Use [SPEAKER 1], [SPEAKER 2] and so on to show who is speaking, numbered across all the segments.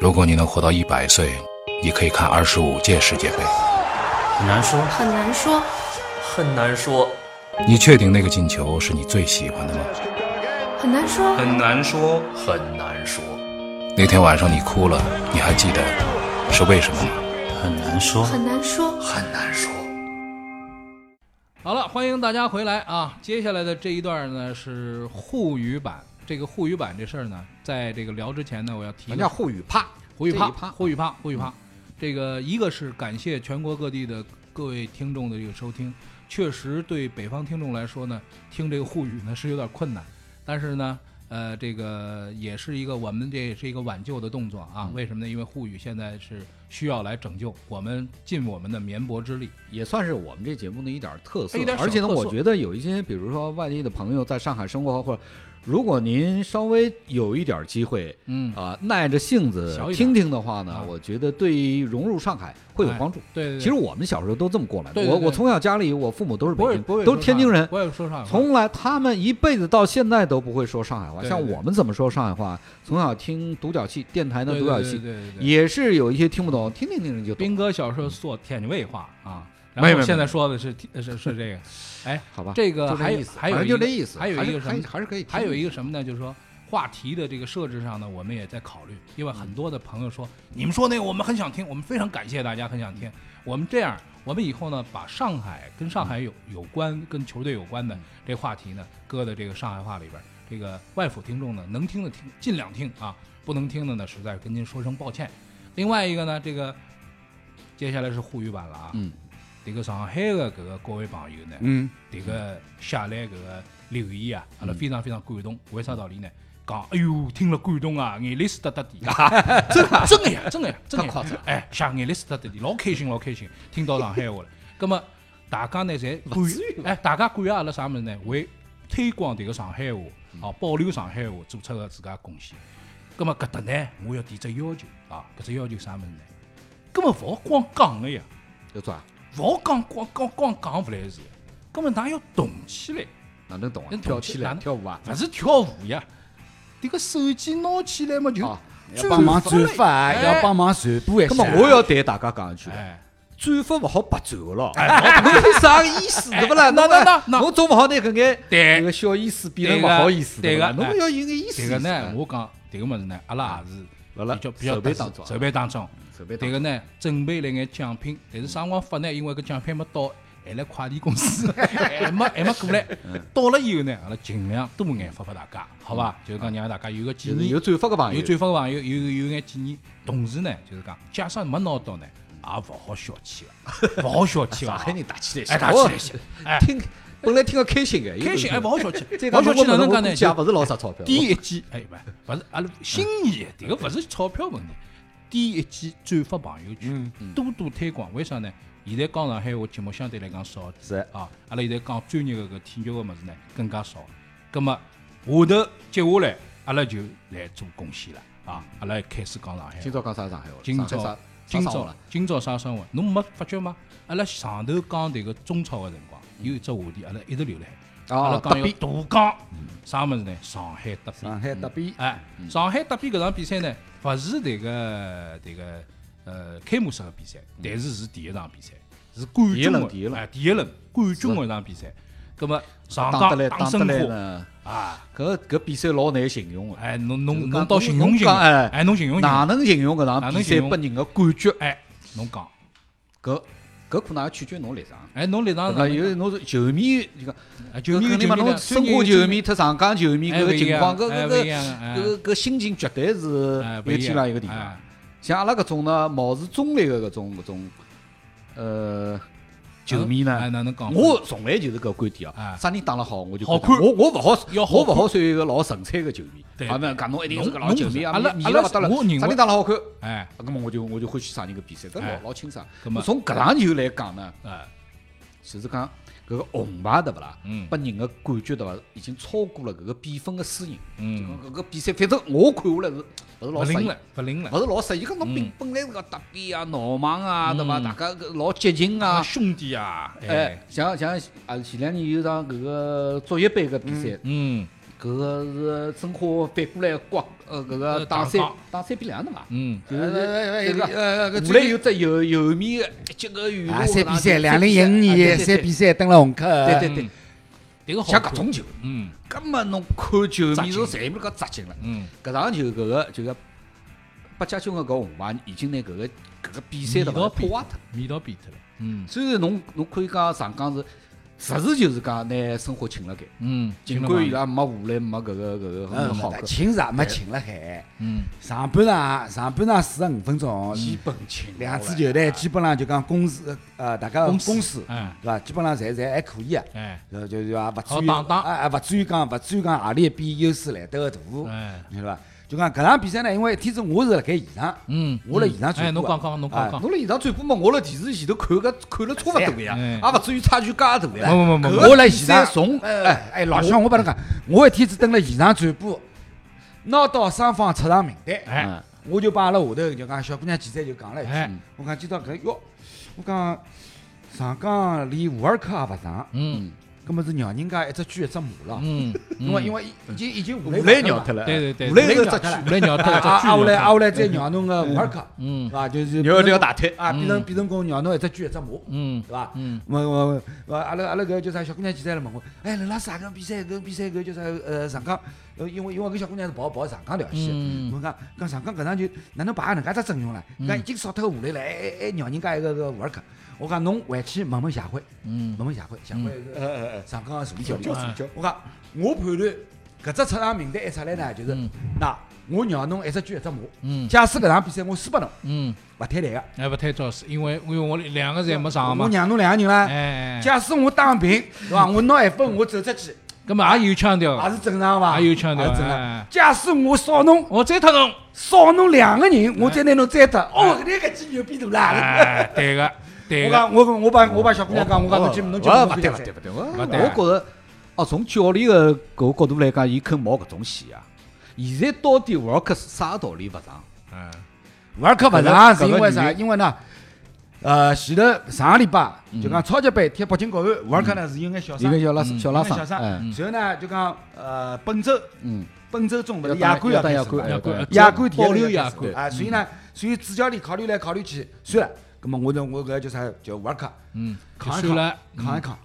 [SPEAKER 1] 如果你能活到一百岁，你可以看二十五届世界杯。
[SPEAKER 2] 很难说，
[SPEAKER 3] 很难说，
[SPEAKER 2] 很难说，
[SPEAKER 1] 你确定那个进球是你最喜欢的吗？
[SPEAKER 3] 很难说，
[SPEAKER 2] 很难说，很难说，
[SPEAKER 1] 那天晚上你哭了，你还记得是为什么吗？
[SPEAKER 4] 很难说，
[SPEAKER 3] 很难说。
[SPEAKER 2] 很难说。
[SPEAKER 5] 好了，欢迎大家回来啊！接下来的这一段呢是沪语版，这个沪语版这事儿呢，在这个聊之前呢，我要提一
[SPEAKER 6] 人
[SPEAKER 5] 个
[SPEAKER 6] 叫沪语怕，
[SPEAKER 5] 胡语嗯
[SPEAKER 6] 这一趴
[SPEAKER 5] 趴，胡语趴，胡语趴。这个一个是感谢全国各地的各位听众的这个收听，确实对北方听众来说呢，听这个沪语呢是有点困难，但是呢，呃，这个也是一个我们这也是一个挽救的动作啊。为什么呢？因为沪语现在是需要来拯救，我们尽我们的绵薄之力。
[SPEAKER 6] 也算是我们这节目的一点儿特色
[SPEAKER 5] 一哎点。小
[SPEAKER 6] 而且呢，
[SPEAKER 5] 特色
[SPEAKER 6] 我觉得有一些，比如说外地的朋友在上海生活，或者如果您稍微有一点儿机会
[SPEAKER 5] 嗯，
[SPEAKER 6] 啊、耐着性子
[SPEAKER 5] 小一点
[SPEAKER 6] 听听的话呢
[SPEAKER 5] 啊，
[SPEAKER 6] 我觉得对于融入上海会有
[SPEAKER 5] 哎
[SPEAKER 6] 帮助。
[SPEAKER 5] 对对对，
[SPEAKER 6] 其实我们小时候都这么过来的。
[SPEAKER 5] 对对对
[SPEAKER 6] 我我从小家里我父母都是北
[SPEAKER 5] 不会
[SPEAKER 6] 京，
[SPEAKER 5] 不会
[SPEAKER 6] 都是天津人，
[SPEAKER 5] 不会说上海话，
[SPEAKER 6] 从来他们一辈子到现在都不会说上海话。
[SPEAKER 5] 对
[SPEAKER 6] 像
[SPEAKER 5] 对
[SPEAKER 6] 我们怎么说上海话？从小听独角戏，电台的
[SPEAKER 5] 对
[SPEAKER 6] 独
[SPEAKER 5] 对
[SPEAKER 6] 角
[SPEAKER 5] 对
[SPEAKER 6] 戏，
[SPEAKER 5] 对对对。
[SPEAKER 6] 也是有一些听不懂，听听听听就懂
[SPEAKER 5] 斌，哥小时候说天津卫话啊，
[SPEAKER 6] 没
[SPEAKER 5] 然后
[SPEAKER 6] 没
[SPEAKER 5] 现
[SPEAKER 6] 没
[SPEAKER 5] 在说的是呃是是这个，哎，
[SPEAKER 6] 好吧？
[SPEAKER 5] 这个
[SPEAKER 6] 啊就这
[SPEAKER 5] 还有
[SPEAKER 6] 意思
[SPEAKER 5] 还有
[SPEAKER 6] 反
[SPEAKER 5] 一
[SPEAKER 6] 正就
[SPEAKER 5] 个
[SPEAKER 6] 这意思，
[SPEAKER 5] 还有一个什
[SPEAKER 6] 还是
[SPEAKER 5] 么
[SPEAKER 6] 还是可以听，
[SPEAKER 5] 还有一个什么呢？就是说话题的这个设置上呢，我们也在考虑，因为很多的朋友说你们说那个我们很想听，我们非常感谢大家很想听。我们这样，我们以后呢把上海跟上海有有关、跟球队有关的这话题呢，搁在这个上海话里边儿。这个外府听众呢，能听的听，尽量听啊；不能听的呢，实在跟您说声抱歉。另外一个呢，这个接下来是沪语版了啊。
[SPEAKER 6] 嗯。
[SPEAKER 5] 这个上海的这个各位朋友呢，
[SPEAKER 6] 嗯，
[SPEAKER 5] 这个下来这个留言啊，阿拉非常非常感动。为啥道理呢？讲，哎呦，听了感动啊，眼泪湿哒哒 的啊，真的真的呀，真的呀，真的呀，哎，下眼泪湿哒哒的，老开心老开心，听到上海话 了。那么啊大家呢，侪感，哎，大家感谢阿拉啥么子呢？为推广这个上海话
[SPEAKER 1] 嗯
[SPEAKER 5] 啊，保留上海话做出了自家贡献。那啊么搿搭呢，我要提只要求啊，搿只要求啥么子呢？那么勿好光讲了呀。
[SPEAKER 6] 就转，
[SPEAKER 5] 勿好讲啊光光光讲勿来事，根本㑚要动起来，
[SPEAKER 6] 哪能懂啊？
[SPEAKER 5] 能
[SPEAKER 6] 跳
[SPEAKER 5] 懂
[SPEAKER 6] 起
[SPEAKER 5] 哪
[SPEAKER 6] 来，
[SPEAKER 5] 能
[SPEAKER 6] 跳舞啊！
[SPEAKER 5] 勿是跳舞呀。迭个手机拿起来嘛就
[SPEAKER 6] 啊
[SPEAKER 5] 转
[SPEAKER 4] 要帮忙
[SPEAKER 5] 发
[SPEAKER 4] 转
[SPEAKER 5] 嘞
[SPEAKER 4] 发，
[SPEAKER 5] 哎
[SPEAKER 4] 要帮忙传播一
[SPEAKER 6] 那么
[SPEAKER 4] 下。
[SPEAKER 6] 我要对大家讲一句，
[SPEAKER 5] 哎，
[SPEAKER 6] 转发勿好白转了，侬是啥意思对不啦？
[SPEAKER 5] 哎那
[SPEAKER 6] 侬勿
[SPEAKER 5] 那那那
[SPEAKER 6] 侬总勿好拿搿眼
[SPEAKER 5] 对
[SPEAKER 6] 这个小意思变
[SPEAKER 5] 对
[SPEAKER 6] 成勿
[SPEAKER 5] 个
[SPEAKER 6] 好意思
[SPEAKER 5] 对
[SPEAKER 6] 对不啦？
[SPEAKER 5] 个
[SPEAKER 6] 侬
[SPEAKER 5] 哎
[SPEAKER 6] 要有眼意思。
[SPEAKER 5] 迭个呢，
[SPEAKER 6] 意思
[SPEAKER 5] 我讲迭个物事呢，阿
[SPEAKER 6] 啊
[SPEAKER 5] 拉也是
[SPEAKER 6] 辣辣
[SPEAKER 5] 比较比较
[SPEAKER 6] 筹备
[SPEAKER 5] 特殊
[SPEAKER 6] 当中啊
[SPEAKER 5] 筹备当中，
[SPEAKER 6] 筹备当
[SPEAKER 5] 迭个呢准备了眼奖品，但是啥辰光发呢？因为搿奖品没到，还来快递公 司，还没还没过来。
[SPEAKER 6] 嗯
[SPEAKER 5] 到了以后呢，阿拉尽量多眼发拨大家，好吧？就是讲让大家有个纪
[SPEAKER 6] 嗯就是
[SPEAKER 5] 念
[SPEAKER 6] 有。转发个朋
[SPEAKER 5] 有
[SPEAKER 6] 友，
[SPEAKER 5] 转发个朋友有有眼建议，同时呢，就是讲，假使没拿到呢，也勿好小气 了，勿好小气了
[SPEAKER 6] 上
[SPEAKER 5] 啊，
[SPEAKER 6] 海人打起来
[SPEAKER 5] 哎，
[SPEAKER 6] 是
[SPEAKER 5] 打
[SPEAKER 6] 吧，
[SPEAKER 5] 起来些，哎，
[SPEAKER 6] 听本来听个开心的，
[SPEAKER 5] 开心，哎，勿
[SPEAKER 6] 不？
[SPEAKER 5] 好小气，
[SPEAKER 6] 这
[SPEAKER 5] 勿
[SPEAKER 6] 个
[SPEAKER 5] 好小气哪能讲呢？
[SPEAKER 6] 价
[SPEAKER 5] 就
[SPEAKER 6] 不是老啥钞票，
[SPEAKER 5] 第一记，哎，勿勿是，阿拉心意，迭个勿是钞票问题，第一记转发朋友
[SPEAKER 6] 嗯
[SPEAKER 5] 圈，多多推广，为啥呢？现在讲上海话节目相对来讲少，
[SPEAKER 6] 是
[SPEAKER 5] 啊，阿拉现在讲专业个搿体育个物事呢更加少。葛末下头接下来，阿拉就来做贡献了啊！阿拉开始讲上海话。
[SPEAKER 6] 今朝讲啥上海话了？
[SPEAKER 5] 今
[SPEAKER 6] 上海
[SPEAKER 5] 朝
[SPEAKER 6] 啥
[SPEAKER 5] 今
[SPEAKER 6] 啥上
[SPEAKER 5] 朝
[SPEAKER 6] 了？
[SPEAKER 5] 今朝啥生活？侬没发觉吗？阿拉上头讲迭个中超个辰光，有一只话题，阿拉一直留辣海。阿拉
[SPEAKER 6] 嗯啊，
[SPEAKER 5] 讲
[SPEAKER 6] 特
[SPEAKER 5] 要
[SPEAKER 6] 别
[SPEAKER 5] 大讲，啥物事呢？上海德比。
[SPEAKER 6] 啊
[SPEAKER 4] 上海德比，
[SPEAKER 5] 哎，上海德比搿场比赛呢，勿是迭个迭个呃开幕式个比赛，但是是第一场比赛，是冠
[SPEAKER 6] 第一
[SPEAKER 5] 军
[SPEAKER 6] 轮
[SPEAKER 5] 的
[SPEAKER 6] 嗯第一轮
[SPEAKER 5] 哎，第一轮冠军个一场比赛。葛末上
[SPEAKER 6] 打得
[SPEAKER 5] 港
[SPEAKER 6] 来，
[SPEAKER 5] 打
[SPEAKER 6] 打
[SPEAKER 5] 申
[SPEAKER 6] 得来
[SPEAKER 5] 花
[SPEAKER 6] 呢。
[SPEAKER 5] 啊，
[SPEAKER 6] 搿搿比赛老难形容的，
[SPEAKER 5] 哎，侬
[SPEAKER 6] 就是
[SPEAKER 5] 侬侬到形容形容，
[SPEAKER 6] 讲侬侬讲哎
[SPEAKER 5] 哎，侬形容形
[SPEAKER 6] 哪
[SPEAKER 5] 容，
[SPEAKER 6] 能形容啊搿
[SPEAKER 5] 哪
[SPEAKER 6] 场
[SPEAKER 5] 能
[SPEAKER 6] 比
[SPEAKER 5] 形
[SPEAKER 6] 赛
[SPEAKER 5] 容
[SPEAKER 6] 拨人个感觉？
[SPEAKER 5] 哎，侬讲，
[SPEAKER 6] 搿搿可能也取决于侬立场。
[SPEAKER 5] 哎，侬立场
[SPEAKER 6] 对
[SPEAKER 5] 上
[SPEAKER 6] 伐？有侬是球迷，就讲
[SPEAKER 5] 哎球迷
[SPEAKER 6] 搿肯定嘛，
[SPEAKER 5] 球迷
[SPEAKER 6] 侬
[SPEAKER 5] 的
[SPEAKER 6] 申花球迷特上港球迷
[SPEAKER 5] 哎
[SPEAKER 6] 搿
[SPEAKER 5] 不
[SPEAKER 6] 个
[SPEAKER 5] 一
[SPEAKER 6] 情况，
[SPEAKER 5] 样
[SPEAKER 6] 搿
[SPEAKER 5] 哎
[SPEAKER 6] 搿
[SPEAKER 5] 不一样哎
[SPEAKER 6] 搿搿心情绝对是
[SPEAKER 5] 哎不
[SPEAKER 6] 有
[SPEAKER 5] 一
[SPEAKER 6] 天
[SPEAKER 5] 样
[SPEAKER 6] 壤一个地方
[SPEAKER 5] 哎。
[SPEAKER 6] 像阿拉搿种呢，貌似中立的搿种搿种，呃，球迷
[SPEAKER 5] 哎，
[SPEAKER 6] 呢，
[SPEAKER 5] 哪能讲？
[SPEAKER 6] 我从来就是搿观点啊
[SPEAKER 5] 哎，
[SPEAKER 6] 啥人打得好我就
[SPEAKER 5] 好
[SPEAKER 6] 看
[SPEAKER 5] 看
[SPEAKER 6] 我我勿好
[SPEAKER 5] 要，好
[SPEAKER 6] 我勿
[SPEAKER 5] 看
[SPEAKER 6] 好算一个老纯粹的球迷，
[SPEAKER 5] 对
[SPEAKER 6] 啊，那讲侬一定是
[SPEAKER 5] 侬
[SPEAKER 6] 个老球迷啊，
[SPEAKER 5] 侬不是
[SPEAKER 6] 迷
[SPEAKER 5] 阿
[SPEAKER 6] 迷
[SPEAKER 5] 拉
[SPEAKER 6] 了勿得了，
[SPEAKER 5] 阿拉是我认为
[SPEAKER 6] 啥人打得好看，
[SPEAKER 5] 哎，
[SPEAKER 6] 搿么我就我就欢喜啥人个比赛，搿
[SPEAKER 5] 哎
[SPEAKER 6] 老老清爽
[SPEAKER 5] 搿么。
[SPEAKER 6] 从搿场球来讲呢。
[SPEAKER 5] 哎，
[SPEAKER 6] 就是讲搿个红牌对勿啦？
[SPEAKER 5] 嗯
[SPEAKER 6] 拨人个感觉对伐？已经超过了搿个比分个输赢。
[SPEAKER 5] 嗯
[SPEAKER 6] 就讲搿个比赛，反正我看下来是勿
[SPEAKER 5] 不
[SPEAKER 6] 是老适
[SPEAKER 5] 灵
[SPEAKER 6] 意
[SPEAKER 5] 了，，不灵了，
[SPEAKER 6] 勿是老适意。搿侬
[SPEAKER 5] 嗯
[SPEAKER 6] 本本来是个搭边啊、闹忙啊，对伐？
[SPEAKER 5] 嗯
[SPEAKER 6] 大家搿老激情啊。
[SPEAKER 5] 兄弟啊，
[SPEAKER 6] 哎，，像像啊，前两年有场搿个足协杯个比赛，
[SPEAKER 5] 嗯，
[SPEAKER 6] 搿个是申花反过来刮呃搿个打三打三比两的嘛，
[SPEAKER 5] 嗯，
[SPEAKER 6] 就是
[SPEAKER 4] 哎
[SPEAKER 6] 这
[SPEAKER 4] 哎
[SPEAKER 6] 个
[SPEAKER 4] 哎哎
[SPEAKER 6] 武磊有只右右面的一脚个远
[SPEAKER 4] 啊，
[SPEAKER 6] 射
[SPEAKER 4] 三比三，两零一五
[SPEAKER 6] 啊
[SPEAKER 4] 年三比嗯三登了红客，
[SPEAKER 6] 对对对，
[SPEAKER 5] 迭个好
[SPEAKER 6] 像
[SPEAKER 5] 看
[SPEAKER 6] 搿种球，
[SPEAKER 5] 嗯
[SPEAKER 6] 根本侬看球迷是全部搿扎进了。
[SPEAKER 5] 嗯，
[SPEAKER 6] 搿场球搿个就讲八家军个搿红牌已经拿搿个搿个比赛的
[SPEAKER 5] 味道
[SPEAKER 6] 破
[SPEAKER 5] 变
[SPEAKER 6] 坏脱。
[SPEAKER 5] 味道变脱了，嗯
[SPEAKER 6] 虽然侬侬可以讲上港是实事求是讲拿申花请了该，
[SPEAKER 5] 嗯，
[SPEAKER 6] 尽
[SPEAKER 5] 进了
[SPEAKER 6] 管
[SPEAKER 5] 嘛
[SPEAKER 6] 伊拉没武磊没搿个搿个
[SPEAKER 4] 嗯，
[SPEAKER 6] 好
[SPEAKER 4] 没
[SPEAKER 6] 个，
[SPEAKER 4] 请是也没请了海。
[SPEAKER 5] 嗯
[SPEAKER 4] 上半场上半场四十五分钟，
[SPEAKER 6] 基本请了
[SPEAKER 4] 两支球队基本上就讲攻势呃，大家攻势
[SPEAKER 5] 啊哎
[SPEAKER 4] 对伐？基本上侪侪还可以啊。
[SPEAKER 5] 哎
[SPEAKER 4] 呃，就是也勿
[SPEAKER 5] 好
[SPEAKER 4] 至于，
[SPEAKER 5] 打打
[SPEAKER 4] 哎，勿至于讲，勿至于讲何里一边优势来得个大，
[SPEAKER 5] 哎
[SPEAKER 4] 晓得伐？就讲搿场比赛呢，因为天子我是辣盖现场，
[SPEAKER 5] 嗯，
[SPEAKER 4] 我辣现场转播啊
[SPEAKER 5] 哎，侬讲讲侬讲
[SPEAKER 4] 哎
[SPEAKER 5] 讲，
[SPEAKER 6] 侬辣现场转播嘛，我辣电视前头看个看了差勿多呀，
[SPEAKER 5] 哎
[SPEAKER 6] 也勿至于差距介大呀。
[SPEAKER 5] 没没没没
[SPEAKER 6] 搿
[SPEAKER 4] 我辣
[SPEAKER 6] 比
[SPEAKER 4] 现
[SPEAKER 6] 赛
[SPEAKER 4] 场
[SPEAKER 6] 从
[SPEAKER 4] 哎
[SPEAKER 6] 哎
[SPEAKER 4] 哎，老乡，我帮侬讲，我一天子蹲辣现场转播，拿到双方出场名单，
[SPEAKER 5] 哎
[SPEAKER 4] 嗯，我就帮阿拉下头就讲小姑娘记者就讲了一
[SPEAKER 5] 哎
[SPEAKER 4] 句，我讲今朝搿哟，我讲上港离乌尔克也勿长，
[SPEAKER 5] 嗯
[SPEAKER 4] 葛末是让人家一只车一只马了，
[SPEAKER 5] 嗯，
[SPEAKER 4] 因为因
[SPEAKER 5] 为
[SPEAKER 4] 为已经已经
[SPEAKER 6] 武
[SPEAKER 4] 武磊
[SPEAKER 6] 磊
[SPEAKER 4] 跑
[SPEAKER 6] 鸟
[SPEAKER 4] 了
[SPEAKER 6] 脱了，
[SPEAKER 5] 对对对，
[SPEAKER 6] 武磊
[SPEAKER 5] 是
[SPEAKER 6] 是只
[SPEAKER 5] 无来鸟
[SPEAKER 4] 啊
[SPEAKER 5] 太
[SPEAKER 4] 啊
[SPEAKER 5] 只
[SPEAKER 4] 啊！
[SPEAKER 5] 巨
[SPEAKER 4] 我来啊，
[SPEAKER 5] 鸟，
[SPEAKER 4] 我来再让侬个乌尔克，
[SPEAKER 5] 嗯
[SPEAKER 4] 是吧？就是
[SPEAKER 6] 鸟条大腿，
[SPEAKER 4] 啊，变成变成功让侬一只车一只马，
[SPEAKER 5] 嗯
[SPEAKER 4] 是吧？
[SPEAKER 5] 嗯
[SPEAKER 4] 我我我阿拉阿拉搿叫啥？小姑娘记者来问我，哎，刘老师啊，搿比赛搿比赛搿叫啥？呃，上港，呃，因为因为搿小姑娘是跑跑上港聊戏
[SPEAKER 5] 嗯
[SPEAKER 4] 的，我讲讲上港搿场球哪能摆能介只阵容唻？讲已经少脱个武磊了，哎还还还让人家一个个乌尔克。我讲侬回去问问谢辉，
[SPEAKER 5] 嗯
[SPEAKER 4] 问问谢辉，谢辉是呃上港个助理教练。
[SPEAKER 5] 哎
[SPEAKER 4] 我讲我判断搿只出场名单一出来呢，就是
[SPEAKER 5] 嗯
[SPEAKER 4] 那我让侬一只车一只马。
[SPEAKER 5] 嗯
[SPEAKER 4] 假使搿场比赛我输拨侬，
[SPEAKER 5] 嗯，
[SPEAKER 4] 勿摊台个。
[SPEAKER 5] 哎，勿太招式，因为因为我两个侪没上嘛
[SPEAKER 4] 我，让侬两个人啦。
[SPEAKER 5] 哎，
[SPEAKER 4] 假使我打平，对伐？我拿一分，我走出去，
[SPEAKER 5] 搿么也有腔调
[SPEAKER 4] 也
[SPEAKER 5] 啊，
[SPEAKER 4] 是正常伐？
[SPEAKER 5] 也有腔调
[SPEAKER 4] 也是正
[SPEAKER 5] 哎
[SPEAKER 4] 常。假使我少侬
[SPEAKER 5] 我再他侬，
[SPEAKER 4] 少侬两个人，我再拿侬再得。哦，那个鸡牛逼大啦！
[SPEAKER 5] 哎，对个对
[SPEAKER 4] 我
[SPEAKER 5] 个，
[SPEAKER 4] 讲，我我把我把小姑娘讲，我讲侬去侬去
[SPEAKER 6] 我
[SPEAKER 4] 问
[SPEAKER 6] 勿
[SPEAKER 4] 问
[SPEAKER 6] 哦对
[SPEAKER 4] 小
[SPEAKER 6] 勿
[SPEAKER 4] 三
[SPEAKER 6] 对勿对，我
[SPEAKER 5] 勿
[SPEAKER 6] 我
[SPEAKER 5] 对啊
[SPEAKER 6] 觉着哦，从教练个搿个角度来讲，伊肯冒搿种险啊。现在到底沃尔克是啥道理勿上？
[SPEAKER 5] 嗯
[SPEAKER 4] 勿尔克勿
[SPEAKER 6] 搿个
[SPEAKER 4] 上是因为啥？
[SPEAKER 6] 搿个
[SPEAKER 4] 因为呢，呃，前头上个礼拜就讲超级杯踢北京国安，勿尔克呢是有眼小
[SPEAKER 6] 一
[SPEAKER 4] 伤，
[SPEAKER 6] 个小拉
[SPEAKER 5] 嗯
[SPEAKER 6] 小
[SPEAKER 4] 有
[SPEAKER 6] 拉
[SPEAKER 4] 眼小
[SPEAKER 6] 伤，
[SPEAKER 4] 伤。
[SPEAKER 6] 哎，
[SPEAKER 4] 然后呢，就讲呃，本周
[SPEAKER 6] 嗯，
[SPEAKER 4] 本周中勿是
[SPEAKER 6] 要打
[SPEAKER 4] 亚冠
[SPEAKER 6] 要
[SPEAKER 4] 要
[SPEAKER 6] 打
[SPEAKER 4] 开
[SPEAKER 6] 亚
[SPEAKER 4] 始嘛
[SPEAKER 6] 冠，
[SPEAKER 5] 亚冠
[SPEAKER 4] 亚冠第一
[SPEAKER 5] 保留
[SPEAKER 4] 轮
[SPEAKER 5] 亚
[SPEAKER 4] 开始
[SPEAKER 5] 冠
[SPEAKER 4] 啊，所以呢，所以主教练考虑来考虑去，算了，那么我就我搿叫啥叫沃尔克，
[SPEAKER 5] 嗯，就
[SPEAKER 4] 扛一
[SPEAKER 5] 算
[SPEAKER 4] 扛
[SPEAKER 5] 了，，
[SPEAKER 4] 扛一扛，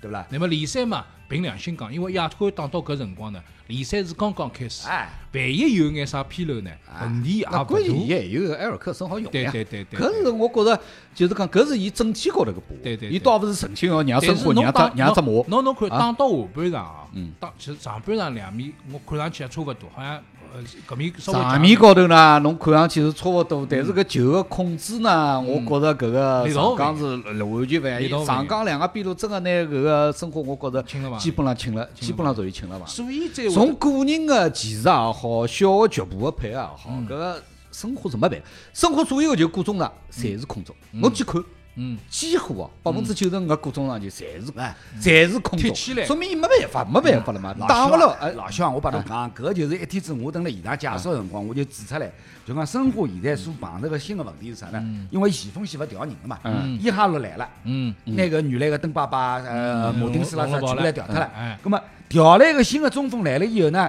[SPEAKER 4] 对不啦？
[SPEAKER 5] 那么联赛嘛，凭良心讲，因为亚冠打到搿辰光呢，联赛是刚刚开始，
[SPEAKER 4] 哎
[SPEAKER 5] 万一有眼啥纰漏呢，问题也
[SPEAKER 6] 那
[SPEAKER 5] 勿
[SPEAKER 6] 关键伊
[SPEAKER 5] 大。
[SPEAKER 6] 也有个埃尔克森好用
[SPEAKER 5] 对
[SPEAKER 6] 呀。
[SPEAKER 5] 对对对，
[SPEAKER 6] 搿是我觉着，就是讲搿是伊整体高头个把握。
[SPEAKER 5] 对对对
[SPEAKER 6] 伊倒勿是诚心要让
[SPEAKER 5] 但
[SPEAKER 6] 申
[SPEAKER 5] 是
[SPEAKER 6] 花
[SPEAKER 5] 侬
[SPEAKER 6] 让
[SPEAKER 5] 打
[SPEAKER 6] 只让只马。
[SPEAKER 5] 侬侬看
[SPEAKER 6] 啊
[SPEAKER 5] 打到下半场啊
[SPEAKER 6] 嗯，
[SPEAKER 5] 打其实上半场两面，我看上去也差勿多，好像呃搿面稍微
[SPEAKER 6] 场
[SPEAKER 5] 强嗯
[SPEAKER 6] 面高头呢，侬看上去是差勿多，但是搿球个控制呢，我觉着搿个
[SPEAKER 5] 力道勿一样
[SPEAKER 6] 上港是完全勿一
[SPEAKER 5] 力道勿一
[SPEAKER 6] 样。
[SPEAKER 5] 样
[SPEAKER 6] 上港两个边路真个拿搿个申花，我觉着
[SPEAKER 5] 清了吧
[SPEAKER 6] 基本上清了，基本上属于清了吧。
[SPEAKER 5] 所以再
[SPEAKER 6] 从个人个技术也好，啊小个局部个配合也好，
[SPEAKER 4] 嗯
[SPEAKER 6] 搿个申花是没办。申花所有个球过中场
[SPEAKER 4] 嗯
[SPEAKER 6] 侪是空中，侬去看。
[SPEAKER 5] 嗯
[SPEAKER 6] 几乎哦，百分之九十五个过中场球侪是，
[SPEAKER 4] 哎
[SPEAKER 6] 侪是空
[SPEAKER 5] 踢
[SPEAKER 6] 中，
[SPEAKER 5] 起来
[SPEAKER 6] 说明伊没办法，没办法了嘛，打
[SPEAKER 4] 勿
[SPEAKER 6] 勿了，哎，
[SPEAKER 4] 嗯老乡，我帮侬讲，搿就是一天子我等辣现场解说辰光，我就指出
[SPEAKER 6] 嗯
[SPEAKER 4] 来，就讲申花现在所碰着个新个问题是啥呢？因为前锋线勿调人了嘛，伊哈洛来了，
[SPEAKER 5] 嗯
[SPEAKER 4] 拿个原来个登巴巴、呃马丁斯拉
[SPEAKER 5] 嗯
[SPEAKER 4] 啥全部来调脱了
[SPEAKER 5] 嗯哎，
[SPEAKER 4] 葛么调来个新个中锋来了以后呢，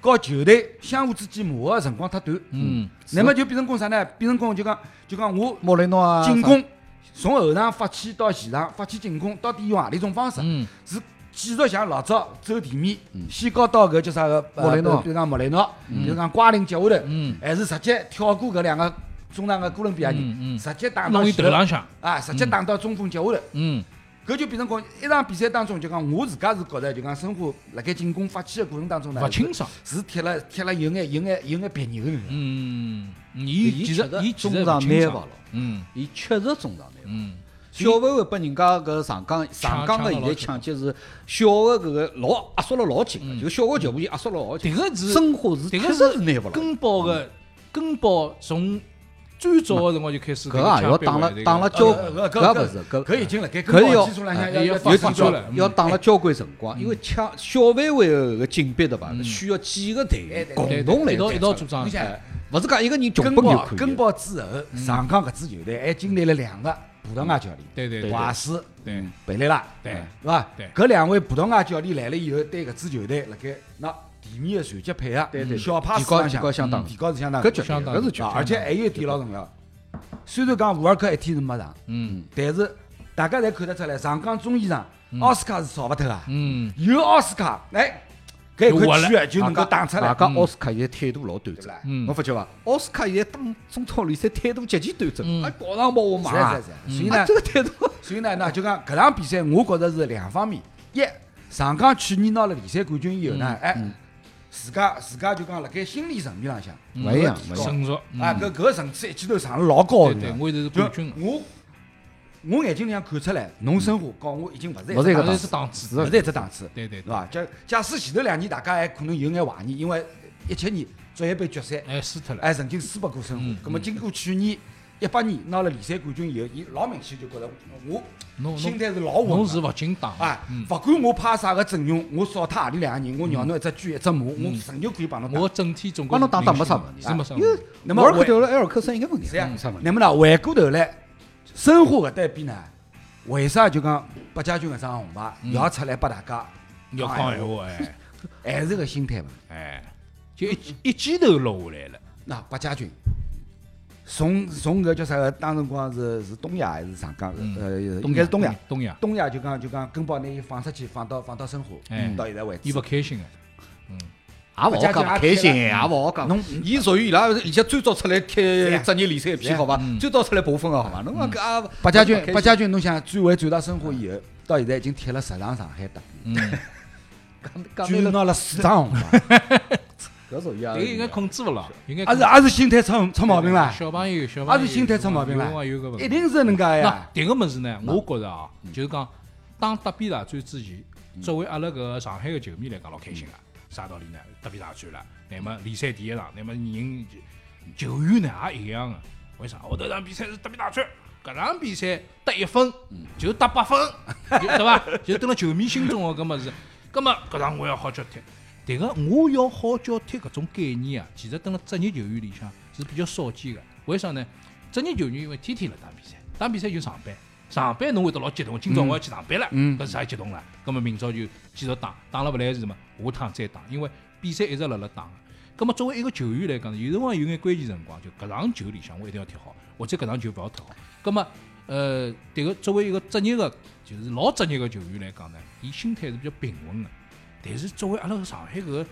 [SPEAKER 4] 和球队相互之间磨合辰光太短，
[SPEAKER 5] 嗯，
[SPEAKER 4] 那么就变成功啥呢？变成功就讲就讲我
[SPEAKER 6] 莫雷诺啊，
[SPEAKER 4] 进攻从后场发起到前场，发起进攻到底用何里种方式？
[SPEAKER 5] 嗯
[SPEAKER 4] 是继续像老早走地面，先搞到搿叫啥个呃
[SPEAKER 6] 莫雷诺
[SPEAKER 4] 比如讲莫雷诺，比如讲瓜林接下头
[SPEAKER 5] 嗯，
[SPEAKER 4] 还是直接跳过搿两个中场个哥伦比亚
[SPEAKER 5] 嗯嗯
[SPEAKER 4] 人，直接打到
[SPEAKER 5] 弄伊
[SPEAKER 4] 前
[SPEAKER 5] 头
[SPEAKER 4] 头
[SPEAKER 5] 浪向，
[SPEAKER 4] 啊，直接打到中锋接下头。
[SPEAKER 5] 嗯
[SPEAKER 4] 搿就变成讲一场比赛当中，就讲我自家是觉得，就讲申花辣盖进攻发起个过程当中呢，
[SPEAKER 5] 勿清爽，
[SPEAKER 4] 是踢了踢了有眼有眼有眼别扭的。
[SPEAKER 5] 嗯，伊其实伊其实
[SPEAKER 6] 中场
[SPEAKER 5] 勿清
[SPEAKER 6] 拿
[SPEAKER 5] 爽
[SPEAKER 6] 勿牢，
[SPEAKER 5] 嗯
[SPEAKER 6] 伊确实中场难。
[SPEAKER 5] 嗯
[SPEAKER 6] 小范围拨人家搿上港上港个现在抢劫是小个搿个老压缩了老紧个，就小个球部伊压缩了老紧。
[SPEAKER 5] 迭个是
[SPEAKER 6] 申花
[SPEAKER 5] 迭
[SPEAKER 6] 是确
[SPEAKER 5] 嗯个
[SPEAKER 6] 实
[SPEAKER 5] 是
[SPEAKER 6] 是拿勿牢，
[SPEAKER 5] 根宝
[SPEAKER 4] 嗯
[SPEAKER 5] 个根宝从最早个辰光就开始
[SPEAKER 6] 搿
[SPEAKER 4] 啊
[SPEAKER 6] 个也要打了打了交
[SPEAKER 4] 呃
[SPEAKER 6] 搿
[SPEAKER 4] 搿
[SPEAKER 6] 个勿是搿啊
[SPEAKER 4] 搿已经辣盖
[SPEAKER 6] 搿
[SPEAKER 4] 根
[SPEAKER 6] 要
[SPEAKER 4] 宝基础浪
[SPEAKER 5] 哎
[SPEAKER 4] 向要
[SPEAKER 5] 要
[SPEAKER 4] 要
[SPEAKER 5] 发
[SPEAKER 4] 发
[SPEAKER 5] 放
[SPEAKER 4] 放
[SPEAKER 5] 出
[SPEAKER 4] 出
[SPEAKER 5] 来
[SPEAKER 4] 来。
[SPEAKER 5] 嗯
[SPEAKER 6] 要打了交关辰光，因为抢小范围个搿进逼对伐？需要几个队员共同来
[SPEAKER 5] 一道一道
[SPEAKER 6] 做
[SPEAKER 5] 组，装
[SPEAKER 4] 你，想，
[SPEAKER 6] 勿是讲一个人
[SPEAKER 4] 根
[SPEAKER 6] 穷奔就
[SPEAKER 4] 宝
[SPEAKER 6] 可以
[SPEAKER 4] 根
[SPEAKER 6] 了。
[SPEAKER 4] 宝之后，上港搿支球队还经历了两个葡萄牙教练，
[SPEAKER 5] 对对对
[SPEAKER 4] 华斯、
[SPEAKER 5] 对
[SPEAKER 4] 贝雷拉，
[SPEAKER 5] 对
[SPEAKER 4] 是吧
[SPEAKER 5] 对？
[SPEAKER 4] 啊搿两位葡萄牙教练来了以后，对搿支球队辣盖那地面的船级配合，
[SPEAKER 6] 对对
[SPEAKER 4] 啊小帕
[SPEAKER 6] 提
[SPEAKER 4] 斯
[SPEAKER 6] 高
[SPEAKER 4] 上嗯
[SPEAKER 6] 提高相当
[SPEAKER 4] 提高是相当
[SPEAKER 6] 搿绝对
[SPEAKER 5] 相当
[SPEAKER 6] 搿是绝
[SPEAKER 4] 啊
[SPEAKER 6] 对，嗯
[SPEAKER 4] 而且还有一点老重要，虽然讲沃尔克一天是没上，
[SPEAKER 5] 嗯
[SPEAKER 4] 但是大家侪看得出来，上港中医场
[SPEAKER 6] 嗯
[SPEAKER 4] 奥斯卡是少勿脱个，
[SPEAKER 5] 嗯，
[SPEAKER 4] 有奥斯卡，哎，搿一
[SPEAKER 5] 就活
[SPEAKER 4] 块
[SPEAKER 5] 了
[SPEAKER 4] 区域就能够打出来
[SPEAKER 6] 外，加奥斯卡现在态度老端
[SPEAKER 4] 对不
[SPEAKER 6] 正
[SPEAKER 4] 啦，
[SPEAKER 5] 嗯
[SPEAKER 6] 侬发觉伐？奥斯卡现在打中超联赛态度极其端正，
[SPEAKER 5] 嗯
[SPEAKER 6] 还跑上跑下
[SPEAKER 4] 是
[SPEAKER 6] 马
[SPEAKER 4] 啊
[SPEAKER 6] 啊
[SPEAKER 4] 是啊是啊，所以
[SPEAKER 6] 啊
[SPEAKER 4] 呢
[SPEAKER 6] 这，个态度，
[SPEAKER 4] 所以呢，那就讲搿场比赛，我觉着是两方面，一上港去年拿了联赛冠军以后呢，哎，自家自家就讲辣盖心理层面浪向
[SPEAKER 6] 勿一样
[SPEAKER 4] 提
[SPEAKER 6] 勿一
[SPEAKER 4] 高
[SPEAKER 6] 样
[SPEAKER 5] 成熟
[SPEAKER 4] 啊，搿搿层次一记头上了老高
[SPEAKER 5] 嗯对
[SPEAKER 4] 了，
[SPEAKER 5] 对，
[SPEAKER 4] 就
[SPEAKER 5] 我现在是冠军，
[SPEAKER 4] 我我眼睛里向看出来，侬申花跟我已经勿是
[SPEAKER 6] 勿是一个
[SPEAKER 5] 现在
[SPEAKER 4] 档次
[SPEAKER 5] 是档次，
[SPEAKER 4] 勿是一只档次，
[SPEAKER 5] 对对
[SPEAKER 4] 是
[SPEAKER 5] 对，
[SPEAKER 4] 伐？假假使前头两年大家还可能有眼怀疑，因为一七年足协杯决赛
[SPEAKER 5] 哎，输脱了，
[SPEAKER 4] 还曾经输拨过申
[SPEAKER 5] 嗯
[SPEAKER 4] 花，葛末经过去年一八年拿了联赛冠军以后，伊老明显就觉着我
[SPEAKER 5] 侬
[SPEAKER 4] 心
[SPEAKER 5] 侬
[SPEAKER 4] 态是老
[SPEAKER 5] 嗯
[SPEAKER 4] 稳
[SPEAKER 5] 侬是
[SPEAKER 4] 的。
[SPEAKER 5] 勿进档
[SPEAKER 4] 啊
[SPEAKER 5] 嗯，
[SPEAKER 4] 勿管我派啥个阵容，我少他何里两个人，我让侬一只车一只马，我仍旧可以帮侬打。
[SPEAKER 5] 嗯我整体总归
[SPEAKER 6] 帮侬打打没啥问题，
[SPEAKER 5] 是没啥
[SPEAKER 6] 因为
[SPEAKER 5] 问题，
[SPEAKER 4] 那么
[SPEAKER 6] 沃尔克
[SPEAKER 4] 我
[SPEAKER 6] 掉了埃尔克森应该问题
[SPEAKER 4] 是呀
[SPEAKER 6] 没啥问题，
[SPEAKER 4] 啊那么呢，回过头来，申花搿对比呢，为啥就讲北家军搿张红牌也要出来拨大家啊
[SPEAKER 5] 要讲闲话哎
[SPEAKER 4] 还是个心态问题。
[SPEAKER 5] 哎，就一一记头落下来了，
[SPEAKER 4] 那八家军，从从搿叫啥个？当辰光是是东亚还是上港？
[SPEAKER 5] 嗯
[SPEAKER 4] 呃，应该是东亚。
[SPEAKER 5] 东亚，
[SPEAKER 4] 东亚就讲就讲根宝拿伊放出去，放到放到申花
[SPEAKER 5] 哎，
[SPEAKER 4] 到现在为止啊
[SPEAKER 5] 伊勿。开心啊个，
[SPEAKER 6] 也勿好讲勿开心，也勿好讲
[SPEAKER 4] 侬。
[SPEAKER 6] 伊属于伊拉以前最早出来踢职业联赛一批，好伐
[SPEAKER 5] 嗯？
[SPEAKER 6] 最早出来跑分个，好伐？侬讲搿啊也
[SPEAKER 4] 八家军
[SPEAKER 6] 勿开，心
[SPEAKER 4] 八家军，侬想转会转到申花以后，到现在已经踢了十场上海德比，
[SPEAKER 5] 嗯，
[SPEAKER 6] 讲
[SPEAKER 4] 居
[SPEAKER 6] 讲那
[SPEAKER 4] 然
[SPEAKER 6] 个
[SPEAKER 4] 拿了四张红牌，
[SPEAKER 6] 搿属于啊
[SPEAKER 5] 迭应该控制勿牢，应该
[SPEAKER 4] 也呃啊是也是心态出出毛病啦，
[SPEAKER 5] 小朋友小朋
[SPEAKER 4] 也
[SPEAKER 5] 友
[SPEAKER 4] 啊是心态出毛病
[SPEAKER 5] 有辰
[SPEAKER 4] 啦
[SPEAKER 5] 光有搿问，题
[SPEAKER 4] 一定是能介
[SPEAKER 5] 那
[SPEAKER 4] 呀。
[SPEAKER 5] 迭个物事呢，我觉着啊，就是讲当德比大战之前，作为阿拉搿上海个球迷来讲，老开心个。啥道理呢？德比大战了，乃末联赛第一场，乃末啊人球员呢也一样个。啊为啥？后头场比赛是德比大战，搿场比赛得一分就得八分，就对伐？ 就等辣球迷心中个搿物事。葛末搿场我要好叫踢。迭个我要好叫踢搿种概念啊，其实等辣职业球员里向是比较少见个。为啥呢？职业球员因为天天辣打比赛，打比赛就上班，上班侬会得老激动，今朝我要去上班了，搿是啥激动了？葛末明朝就继续打，打了勿来是嘛，下趟再打，因为比赛一直辣辣打个。葛末作为一个球员来讲，有辰光有眼关键辰光，就搿场球里向我一定要踢好，或者搿场球勿要踢好。葛末呃，迭个作为一个职业个，就是老职业个球员来讲呢，伊心态是比较平稳个。但是作为阿拉上海搿个搿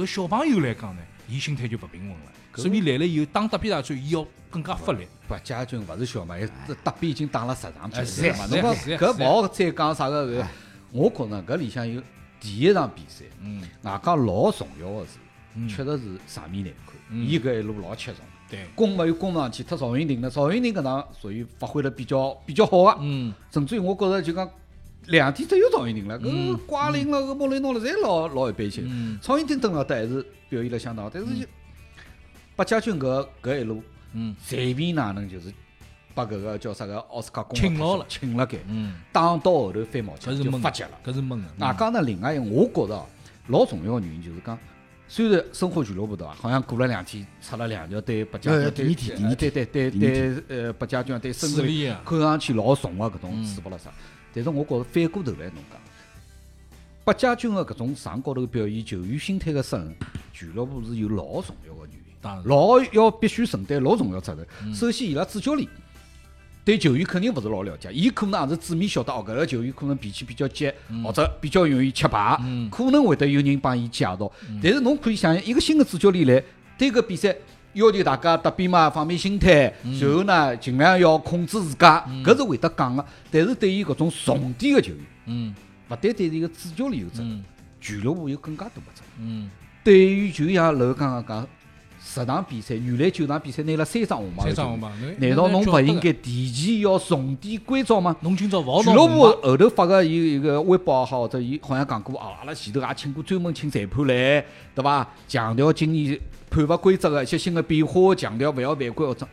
[SPEAKER 5] 个小朋友来讲呢，伊心态就勿平稳了，
[SPEAKER 6] 搿
[SPEAKER 5] 所以来了以后，当德比大战，伊要更加发力。
[SPEAKER 6] 八家军勿是小嘛，这德比已经打了十场
[SPEAKER 5] 哎是
[SPEAKER 6] 比赛
[SPEAKER 5] 呀
[SPEAKER 6] 嘛，
[SPEAKER 5] 是
[SPEAKER 6] 侬
[SPEAKER 5] 呀
[SPEAKER 6] 讲
[SPEAKER 5] 是呀
[SPEAKER 6] 搿
[SPEAKER 5] 是哎
[SPEAKER 6] 勿
[SPEAKER 5] 呀
[SPEAKER 6] 好再讲啥个搿。我觉着搿里向有第一场比赛，
[SPEAKER 5] 嗯，
[SPEAKER 6] 外加老重要个事，
[SPEAKER 5] 嗯
[SPEAKER 6] 确实是场面难看，
[SPEAKER 5] 嗯
[SPEAKER 6] 伊搿一路老吃重。
[SPEAKER 5] 对，
[SPEAKER 6] 攻没有攻上去，踢赵云霆呢，赵云霆搿场属于发挥了比较比较好啊，
[SPEAKER 5] 嗯，
[SPEAKER 6] 甚至于我觉着就讲两天只有赵云霆了，搿
[SPEAKER 5] 嗯
[SPEAKER 6] 瓜林了搿莫雷诺了，侪老老一般性
[SPEAKER 5] 嗯。
[SPEAKER 6] 赵云霆等了得还是表现了相当好，但是就八家军搿搿一路
[SPEAKER 5] 嗯，
[SPEAKER 6] 随便哪能就是把搿个叫啥个奥斯卡攻
[SPEAKER 5] 擒牢了
[SPEAKER 6] 擒了该，
[SPEAKER 5] 嗯，
[SPEAKER 6] 打到后头翻毛
[SPEAKER 5] 搿
[SPEAKER 6] 巾
[SPEAKER 5] 是
[SPEAKER 6] 就
[SPEAKER 5] 闷
[SPEAKER 6] 发
[SPEAKER 5] 的
[SPEAKER 6] 急了。
[SPEAKER 5] 搿是闷的。
[SPEAKER 6] 外
[SPEAKER 4] 嗯
[SPEAKER 6] 加呢，另外一个我觉着啊老重要个原因就是讲，虽然申花俱乐部对伐，好像过了两天出了两条对北家
[SPEAKER 4] 呃
[SPEAKER 6] 军
[SPEAKER 4] 第一天
[SPEAKER 6] 呃对对对
[SPEAKER 4] 第一
[SPEAKER 6] 对呃北家军对申
[SPEAKER 5] 势力啊
[SPEAKER 6] 花，看上去老重个啊搿种
[SPEAKER 5] 嗯
[SPEAKER 6] 水巴拉啥，但是我觉着反过头来侬讲，北家军个搿种场高头的表现，球员心态个失衡，俱乐部是有老重要个原因。
[SPEAKER 5] 当然嗯
[SPEAKER 6] 老要必须承担老重要责任。首先，伊拉主教练对球员肯定勿是老了解，伊可能也是纸面晓得哦，搿个球员可能脾气比较急，或者比较容易吃牌，
[SPEAKER 5] 嗯
[SPEAKER 6] 可能会得有人帮伊介绍。但是侬可以想象，一个新的主教练来对搿比赛。要求大家搭边嘛，放慢心态，
[SPEAKER 5] 嗯
[SPEAKER 6] 然后呢，尽量要控制自家，搿是会得讲个。但是对于搿种重点个球员，
[SPEAKER 5] 嗯
[SPEAKER 6] 勿单单是一个主教练有责任
[SPEAKER 5] 嗯，
[SPEAKER 6] 俱乐部有更加大个责任。
[SPEAKER 5] 嗯，
[SPEAKER 6] 对于就像楼刚刚讲，十场比赛，原来九场比赛拿了三张红牌，
[SPEAKER 5] 三张红牌，侬
[SPEAKER 6] 难道侬勿应？
[SPEAKER 5] 晓得
[SPEAKER 6] 该提前要重点关照吗
[SPEAKER 5] 个？侬今朝勿好
[SPEAKER 6] 俱
[SPEAKER 5] 拿
[SPEAKER 6] 乐
[SPEAKER 5] 红
[SPEAKER 6] 部
[SPEAKER 5] 牌
[SPEAKER 6] 后头发个伊一个微博也好，或者伊好像讲过啊，阿拉前头也请过专门请裁判来，对伐？强调今年判罚规则个一些新的变化，强调勿要犯规，或者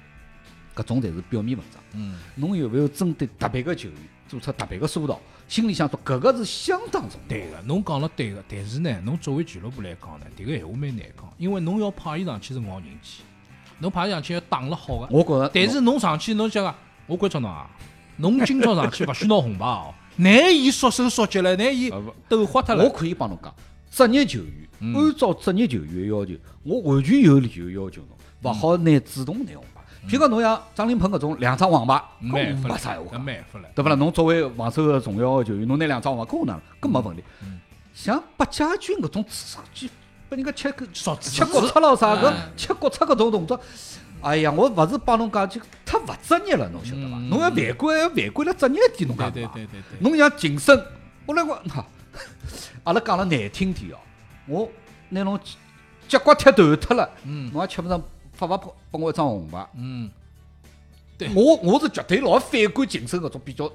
[SPEAKER 6] 搿种侪是表面文章。
[SPEAKER 5] 嗯，
[SPEAKER 6] 侬有没有针对特别个球员做出特别个疏导？心里想说搿个是相当重要。
[SPEAKER 5] 对个，侬讲了对个，但是呢，侬作为俱乐部来讲呢，迭个闲话蛮难讲，因为侬要派伊上去是咬人气，侬派伊上去要打了好个。
[SPEAKER 6] 我觉着，
[SPEAKER 5] 但是侬上去侬想啊，我观察侬啊，侬今朝上去勿许拿红牌 哦，拿伊束手束脚了，拿伊
[SPEAKER 6] 呃不
[SPEAKER 5] 抖花脱
[SPEAKER 6] 我
[SPEAKER 5] 了。
[SPEAKER 6] 可以帮侬讲，职业球员按照职业球员要求，我完全有理由要求侬，勿好拿主动拿红牌。譬如讲侬像张琳芃搿种两张黄牌，
[SPEAKER 5] 蛮
[SPEAKER 6] 搿
[SPEAKER 5] 服
[SPEAKER 6] 嗯没
[SPEAKER 5] 了
[SPEAKER 6] 啥闲话
[SPEAKER 5] 搿。蛮服了。
[SPEAKER 6] 对勿啦？侬作为防守个重要个球员，侬拿两张黄牌，搿我哪能？搿没问题。
[SPEAKER 5] 嗯
[SPEAKER 6] 像八家军搿种上去拨人家切个
[SPEAKER 5] 勺子
[SPEAKER 6] 切国出咯啥
[SPEAKER 5] 哎
[SPEAKER 6] 个，切国出搿种动作，哎呀，我勿是帮侬讲，就太勿职业了，侬晓得伐？侬要犯规，要犯规了职业一点，
[SPEAKER 5] 对
[SPEAKER 6] 侬
[SPEAKER 5] 嗯
[SPEAKER 6] 讲
[SPEAKER 5] 对
[SPEAKER 6] 伐？
[SPEAKER 5] 对对对，
[SPEAKER 6] 侬像晋升，我来讲，哈，阿拉讲了难听点哦，我拿侬脚脚骨踢断脱了，侬也吃勿上，发勿拨拨我一张红牌。
[SPEAKER 5] 嗯，对
[SPEAKER 6] 我我是绝对老反感晋升搿种比较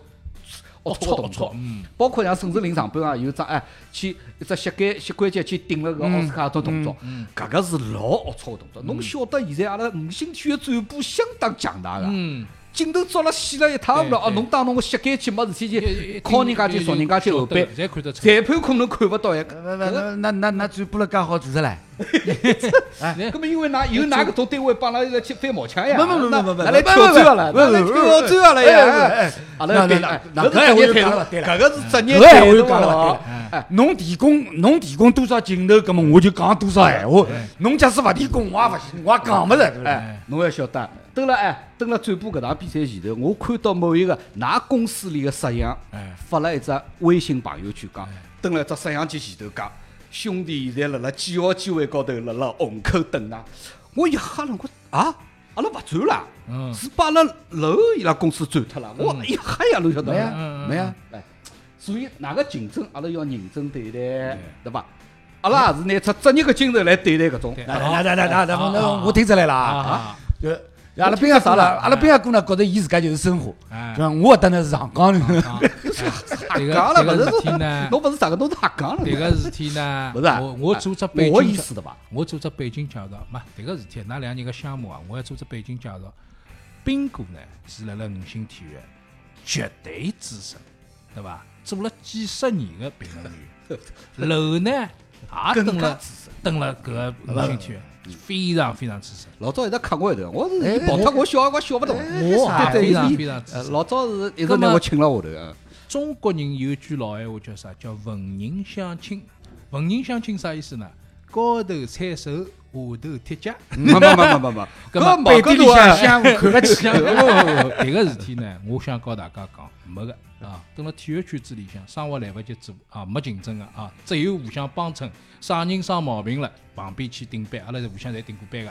[SPEAKER 6] 龌龊
[SPEAKER 5] 龊
[SPEAKER 6] 的动
[SPEAKER 5] 龊
[SPEAKER 6] 作，
[SPEAKER 5] 嗯
[SPEAKER 6] 包括像沈志林上半场有一只哎去一只膝盖膝关节去顶了个奥斯卡的动作，搿个是老龌龊的动作。侬晓得现在阿拉五星体育转播相当强大个。
[SPEAKER 5] 嗯，
[SPEAKER 6] 镜头抓了细了一塌糊涂
[SPEAKER 5] 对
[SPEAKER 6] 哦，
[SPEAKER 5] 对
[SPEAKER 6] 侬当侬个膝盖去没事体去
[SPEAKER 5] 也
[SPEAKER 6] 敲人家去撞人家去后背，
[SPEAKER 5] 也也看得出
[SPEAKER 6] 裁判可能看勿到哎。
[SPEAKER 4] 那那那那那转播了介好做啥唻？
[SPEAKER 6] 搿么因为㑚有㑚搿种单位帮阿拉来去翻毛腔呀，
[SPEAKER 4] 不不不
[SPEAKER 6] 那
[SPEAKER 4] 不不
[SPEAKER 6] 那来
[SPEAKER 4] 不
[SPEAKER 6] 挑
[SPEAKER 4] 不
[SPEAKER 6] 战
[SPEAKER 4] 不
[SPEAKER 6] 了，
[SPEAKER 4] 不
[SPEAKER 6] 那来
[SPEAKER 4] 不
[SPEAKER 6] 挑
[SPEAKER 4] 不
[SPEAKER 6] 战了
[SPEAKER 4] 哎哎
[SPEAKER 6] 呀
[SPEAKER 4] 哎！
[SPEAKER 6] 阿拉
[SPEAKER 4] 那
[SPEAKER 6] 对
[SPEAKER 4] 那
[SPEAKER 6] 哎
[SPEAKER 4] 那
[SPEAKER 6] 搿
[SPEAKER 4] 搿
[SPEAKER 6] 是职业
[SPEAKER 4] 闲
[SPEAKER 6] 态
[SPEAKER 4] 话又
[SPEAKER 6] 度
[SPEAKER 4] 讲了对了
[SPEAKER 6] 搿个是职业
[SPEAKER 4] 搿个
[SPEAKER 6] 态
[SPEAKER 4] 闲话
[SPEAKER 6] 度
[SPEAKER 4] 又讲了
[SPEAKER 6] 哦
[SPEAKER 4] 对了，哎，侬提供侬提供多少镜头，葛么我就讲多少闲话。侬假使勿提供，我也勿信，我也讲勿着，对伐？
[SPEAKER 6] 哎，侬要晓得，蹲辣哎，蹲辣转播搿场比赛前头，我看到某一个㑚公司里个摄像，
[SPEAKER 4] 哎
[SPEAKER 6] 发了一只微信朋友圈，讲蹲辣一只摄像机前头讲，兄弟现在辣辣几号机位高头辣辣虹口等啊！我一吓了，我啊，阿拉勿转啦，
[SPEAKER 4] 嗯
[SPEAKER 6] 是把阿拉楼伊拉公司转脱了，我一吓呀，侬晓得
[SPEAKER 4] 没
[SPEAKER 6] 伐？
[SPEAKER 4] 呀，没呀。
[SPEAKER 6] 哎，所以哪个竞争，阿拉要认真对待，对伐？阿拉也是拿出职业个精神来对待搿种。
[SPEAKER 5] 对
[SPEAKER 4] 来来来来来来，那我听出来了啊！
[SPEAKER 5] 啊，
[SPEAKER 4] 就阿拉边个啥了？哎阿拉边个姑娘觉得伊自家就是生活，对伐？我搿搭呢是上岗的。
[SPEAKER 5] 这个
[SPEAKER 6] 讲
[SPEAKER 5] 这
[SPEAKER 6] 了，勿
[SPEAKER 5] 个
[SPEAKER 6] 是
[SPEAKER 5] 事体
[SPEAKER 6] 说
[SPEAKER 5] 呢，
[SPEAKER 6] 侬勿是啥个，侬是瞎讲了。
[SPEAKER 5] 这个事体呢，
[SPEAKER 6] 不是啊
[SPEAKER 5] 我我
[SPEAKER 6] 哎
[SPEAKER 5] 做只背
[SPEAKER 6] 我
[SPEAKER 5] 景
[SPEAKER 6] 意
[SPEAKER 5] 介
[SPEAKER 6] 思的吧？
[SPEAKER 5] 我做只背景介绍，嘛，迭个事体，㑚两人个相骂啊，我要做只背景介绍。斌哥呢是辣辣五星体育绝对资深，对伐？做了几十年个评论员，楼呢也蹲了蹲了搿个五星体育，非常非常资深。
[SPEAKER 6] 老早一直坑我一顿，我是
[SPEAKER 4] 哎
[SPEAKER 6] 伊跑脱我小辰光小勿动，
[SPEAKER 5] 哎
[SPEAKER 6] 我
[SPEAKER 5] 非常
[SPEAKER 6] 伊
[SPEAKER 5] 非常
[SPEAKER 6] 呃
[SPEAKER 5] 资深
[SPEAKER 6] 老早是一直拿我请了下头啊。
[SPEAKER 5] 中国人有句老闲话叫啥？叫文人相亲。文人相亲啥意思呢？高头牵手，下头贴脚。
[SPEAKER 6] 没没没没没，
[SPEAKER 5] 搿么
[SPEAKER 6] 搿毛高头啊，
[SPEAKER 4] 相互看得起。
[SPEAKER 5] 不不不，迭个事体呢，我想告大家讲，没个啊，蹲辣体育圈子里向，生活来勿及做啊，没竞争个啊，只有互相帮衬。啥人生毛病了，旁边去顶班，阿拉是互相侪顶过班个。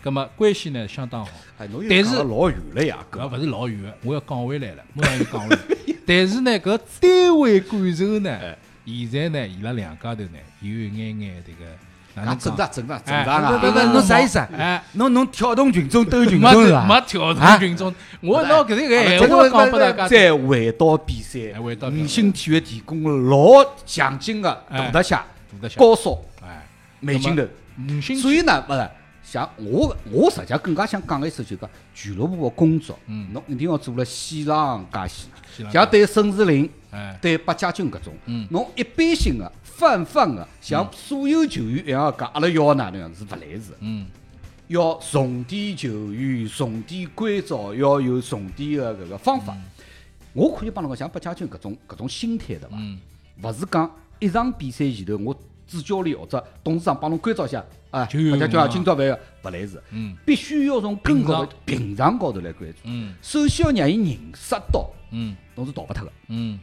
[SPEAKER 5] 葛么关系呢相当好，
[SPEAKER 6] 哎侬又
[SPEAKER 5] 但
[SPEAKER 6] 讲
[SPEAKER 5] 是
[SPEAKER 6] 了老远了呀，
[SPEAKER 5] 搿
[SPEAKER 6] 搿
[SPEAKER 5] 勿是老远个，我要讲回来了，马上要讲回来。但是呢，搿单位感受呢，现在呢，伊拉两家头呢，有一眼眼迭个，哪
[SPEAKER 6] 啊
[SPEAKER 5] 能
[SPEAKER 6] 正
[SPEAKER 5] 讲？
[SPEAKER 6] 常正常正
[SPEAKER 5] 哎
[SPEAKER 6] 常
[SPEAKER 5] 对
[SPEAKER 6] 啊。
[SPEAKER 5] 对
[SPEAKER 4] 不
[SPEAKER 5] 对
[SPEAKER 4] 不，侬啥意思？
[SPEAKER 5] 哎。
[SPEAKER 4] 侬侬挑动群众斗群
[SPEAKER 5] 没
[SPEAKER 4] 众是
[SPEAKER 5] 跳
[SPEAKER 4] 伐？
[SPEAKER 5] 没跳
[SPEAKER 4] 啊
[SPEAKER 5] 动群众，我拿搿啊个闲话讲拨大家听。
[SPEAKER 6] 再回到比赛
[SPEAKER 5] 哎回，到比赛
[SPEAKER 6] 五星体育提供了老强劲的大特写、
[SPEAKER 5] 大特写
[SPEAKER 6] 高速、
[SPEAKER 5] 哎，
[SPEAKER 6] 美金头。
[SPEAKER 5] 五星
[SPEAKER 6] 所以呢，不是像我，我实际上更加想讲的意思就是讲，俱乐部的工作，侬一定要做了细上加细
[SPEAKER 5] 细嗯上加细。
[SPEAKER 6] 像对沈志林
[SPEAKER 5] 哎，嗯
[SPEAKER 6] 对八家军搿种，侬一般性的、泛泛的，像所有球员一样讲，阿拉要哪能样是勿来事。
[SPEAKER 5] 嗯，
[SPEAKER 6] 要重点球员，重点关照，要有重点的搿个方
[SPEAKER 5] 嗯
[SPEAKER 6] 法。我可以帮侬讲，像八家军搿种搿种心态对伐？
[SPEAKER 5] 嗯
[SPEAKER 6] 勿是讲一场比赛前头，我主教练或者董事长帮侬关照一下，啊，
[SPEAKER 5] 就有
[SPEAKER 6] 八家军
[SPEAKER 5] 用
[SPEAKER 6] 啊，
[SPEAKER 5] 了
[SPEAKER 6] 今朝勿要勿来事。
[SPEAKER 5] 嗯，
[SPEAKER 6] 必须要从根高头
[SPEAKER 5] 平常
[SPEAKER 6] 平常高头来关注。
[SPEAKER 5] 嗯，
[SPEAKER 6] 首先要让伊认识到，
[SPEAKER 5] 嗯
[SPEAKER 6] 侬是逃勿脱个。
[SPEAKER 5] 嗯